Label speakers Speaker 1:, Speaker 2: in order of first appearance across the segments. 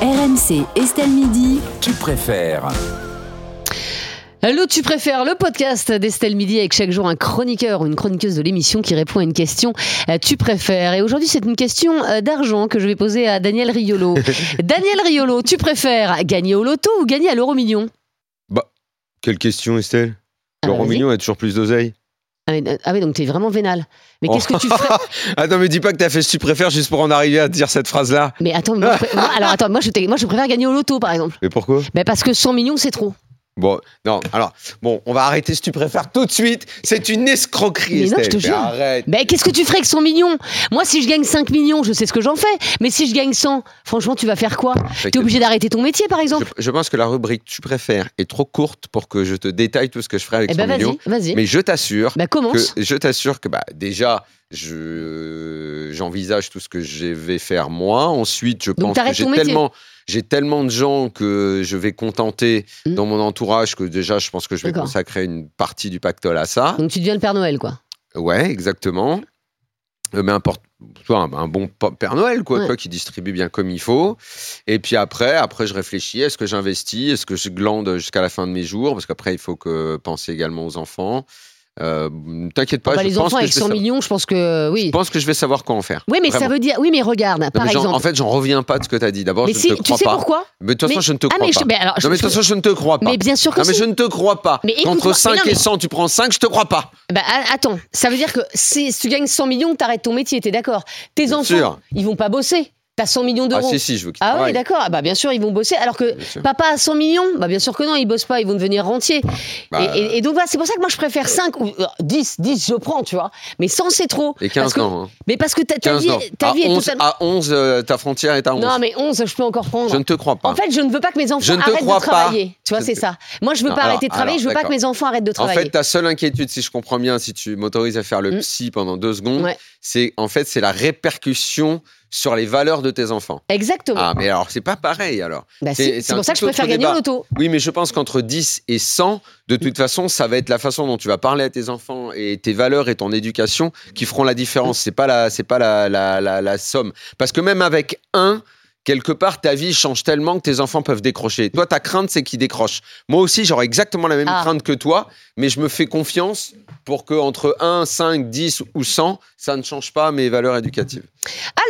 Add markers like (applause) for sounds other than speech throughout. Speaker 1: RMC Estelle Midi.
Speaker 2: Tu préfères
Speaker 3: L'autre tu préfères le podcast d'Estelle Midi avec chaque jour un chroniqueur ou une chroniqueuse de l'émission qui répond à une question euh, tu préfères. Et aujourd'hui, c'est une question euh, d'argent que je vais poser à Daniel
Speaker 4: (laughs)
Speaker 3: Riolo. Daniel Riolo, tu préfères gagner au loto ou gagner à l'euro million
Speaker 4: Bah, quelle question, Estelle
Speaker 3: Ah,
Speaker 4: Laurent
Speaker 3: vas-y.
Speaker 4: Mignon a toujours plus d'oseille.
Speaker 3: Ah oui, euh, ah oui, donc t'es vraiment vénal. Mais qu'est-ce que tu
Speaker 4: Oh.
Speaker 3: ferais
Speaker 4: Attends, Ah mais dis pas que t'as fait ce que tu préfères juste pour en arriver à dire cette phrase-là.
Speaker 3: Mais attends, moi, je pré- moi, alors attends, moi je, t'ai- moi je préfère gagner au loto par exemple.
Speaker 4: Mais pourquoi
Speaker 3: Ben parce que 100 millions c'est trop.
Speaker 4: Bon, non, alors, bon, on va arrêter ce que tu préfères tout de suite. C'est une
Speaker 3: Mais
Speaker 4: escroquerie,
Speaker 3: non,
Speaker 4: Estelle.
Speaker 3: je te jure.
Speaker 4: arrête.
Speaker 3: Ben qu'est-ce que tu ferais avec 100 millions Moi si je gagne 5 millions, je sais ce que j'en fais. Mais si je gagne 100, franchement tu vas faire quoi T'es obligé d'arrêter ton métier par
Speaker 4: je,
Speaker 3: exemple
Speaker 4: je pense que la rubrique tu préfères est trop courte pour que je te détaille tout ce que je ferai avec
Speaker 3: Eh
Speaker 4: son
Speaker 3: ben vas-y,
Speaker 4: million.
Speaker 3: vas-y.
Speaker 4: Mais je t'assure
Speaker 3: Bah
Speaker 4: que
Speaker 3: commence.
Speaker 4: je t'assure que bah, déjà je j'envisage tout ce que je vais faire moi. Ensuite, je pense que
Speaker 3: t'arrêtes
Speaker 4: j'ai
Speaker 3: ton métier.
Speaker 4: tellement j'ai tellement de gens que je vais contenter
Speaker 3: Mm.
Speaker 4: dans mon entourage que déjà je pense que je vais
Speaker 3: D'accord.
Speaker 4: consacrer une partie du pactole à ça.
Speaker 3: Donc tu deviens le Père Noël quoi.
Speaker 4: Ouais, exactement. Euh, Mais importe, toi, un, un bon pa- Père Noël, quoi,
Speaker 3: Ouais.
Speaker 4: toi, qui distribue bien comme il faut. Et puis après, après, je réfléchis. Est-ce que j'investis Est-ce que je glande jusqu'à la fin de mes jours Parce qu'après, il faut que penser également aux enfants. Euh, ne T'inquiète pas,
Speaker 3: Bah,
Speaker 4: je,
Speaker 3: les
Speaker 4: pense
Speaker 3: enfants
Speaker 4: que
Speaker 3: avec
Speaker 4: je, vais
Speaker 3: 100
Speaker 4: sa-
Speaker 3: millions, je pense que euh,
Speaker 4: je
Speaker 3: oui.
Speaker 4: pense que je vais savoir quoi en faire.
Speaker 3: Oui, mais ça
Speaker 4: Vraiment.
Speaker 3: veut dire. Oui, mais regarde,
Speaker 4: Non,
Speaker 3: par
Speaker 4: mais j'en-
Speaker 3: exemple.
Speaker 4: en fait, j'en reviens pas de ce que tu as dit. D'abord,
Speaker 3: mais
Speaker 4: je
Speaker 3: si,
Speaker 4: ne te
Speaker 3: tu
Speaker 4: crois
Speaker 3: sais
Speaker 4: pas.
Speaker 3: pourquoi
Speaker 4: Mais de toute façon,
Speaker 3: Mais-
Speaker 4: je ne te
Speaker 3: Ah,
Speaker 4: crois
Speaker 3: mais
Speaker 4: pas.
Speaker 3: je- mais alors, je-
Speaker 4: non, mais de toute
Speaker 3: je-
Speaker 4: façon, je ne te crois pas.
Speaker 3: Mais bien sûr que
Speaker 4: non, mais
Speaker 3: si.
Speaker 4: je ne te crois pas.
Speaker 3: Mais
Speaker 4: Entre
Speaker 3: écoute-moi,
Speaker 4: 5
Speaker 3: mais non,
Speaker 4: et
Speaker 3: mais-
Speaker 4: 100, tu prends 5, je te crois pas.
Speaker 3: Bah, a- attends, ça veut dire que si tu gagnes 100 millions, t'arrêtes ton métier, t'es d'accord Tes
Speaker 4: Bien
Speaker 3: enfants,
Speaker 4: sûr.
Speaker 3: ils vont pas bosser. T'as 100 millions
Speaker 4: Ah,
Speaker 3: d'euros.
Speaker 4: si, si, je veux qu'il
Speaker 3: Ah oui,
Speaker 4: travaille.
Speaker 3: d'accord. Ah bah bien sûr, ils vont bosser. Alors que
Speaker 4: Bien sûr.
Speaker 3: papa a 100 millions, bah bien sûr que non, ils bossent pas, ils vont devenir rentiers.
Speaker 4: Bah,
Speaker 3: et, et- et donc voilà, c'est pour ça que moi je préfère 5 ou euh, 10, 10 je prends, tu vois. Mais 100 c'est trop.
Speaker 4: Et 15
Speaker 3: Parce que-
Speaker 4: ans. hein.
Speaker 3: Mais parce que ta, ta
Speaker 4: 15
Speaker 3: vie,
Speaker 4: ans.
Speaker 3: ta
Speaker 4: à,
Speaker 3: vie est
Speaker 4: 11,
Speaker 3: totalement...
Speaker 4: à 11, euh, ta frontière est à 11.
Speaker 3: Non mais 11, je peux encore prendre.
Speaker 4: Je ne te crois pas.
Speaker 3: En fait, je ne veux pas que mes enfants
Speaker 4: Je ne te
Speaker 3: arrêtent
Speaker 4: crois
Speaker 3: de
Speaker 4: pas.
Speaker 3: travailler. Tu vois,
Speaker 4: Je
Speaker 3: c'est
Speaker 4: ne-
Speaker 3: ça. Moi, je veux
Speaker 4: Non,
Speaker 3: pas
Speaker 4: alors,
Speaker 3: arrêter de travailler.
Speaker 4: alors,
Speaker 3: je veux pas que
Speaker 4: d'accord.
Speaker 3: mes enfants arrêtent de
Speaker 4: En
Speaker 3: travailler.
Speaker 4: fait, ta seule inquiétude, si je comprends bien, si tu m'autorises à faire le
Speaker 3: Mm.
Speaker 4: psy pendant deux secondes,
Speaker 3: Ouais.
Speaker 4: c'est en fait c'est la répercussion sur les valeurs de tes enfants.
Speaker 3: Exactement.
Speaker 4: Ah, mais alors c'est pas pareil alors.
Speaker 3: Bah si,
Speaker 4: c'est-
Speaker 3: c'est
Speaker 4: c'est un
Speaker 3: pour ça que je
Speaker 4: tout autre
Speaker 3: préfère gagner au
Speaker 4: débat.
Speaker 3: loto.
Speaker 4: Oui, mais je pense qu'entre 10 et 100, de toute façon, ça va être la façon dont tu vas parler à tes enfants et tes valeurs et ton éducation qui feront la différence. C'est pas la, c'est pas la, la, la, la somme. Parce que même avec un, quelque part, ta vie change tellement que tes enfants peuvent décrocher. Toi, ta crainte, c'est qu'ils décrochent. Moi aussi, j'aurais exactement la même
Speaker 3: Ah.
Speaker 4: crainte que toi, mais je me fais confiance pour que entre 1, 5, 10 ou 100, ça ne change pas mes valeurs éducatives.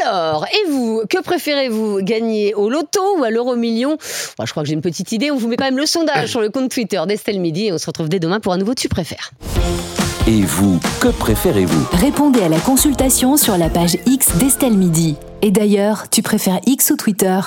Speaker 3: Alors, et vous, que préférez-vous gagner au loto ou à l'euro million Bon, Je crois que j'ai une petite idée. On vous met quand même le
Speaker 4: (coughs)
Speaker 3: sondage sur le compte Twitter d'Estelle Midi et on se retrouve dès demain pour un nouveau Tu préfères.
Speaker 2: Et vous, que préférez-vous
Speaker 1: Répondez à la consultation sur la page X d'Estelle Midi. Et d'ailleurs, tu préfères X ou Twitter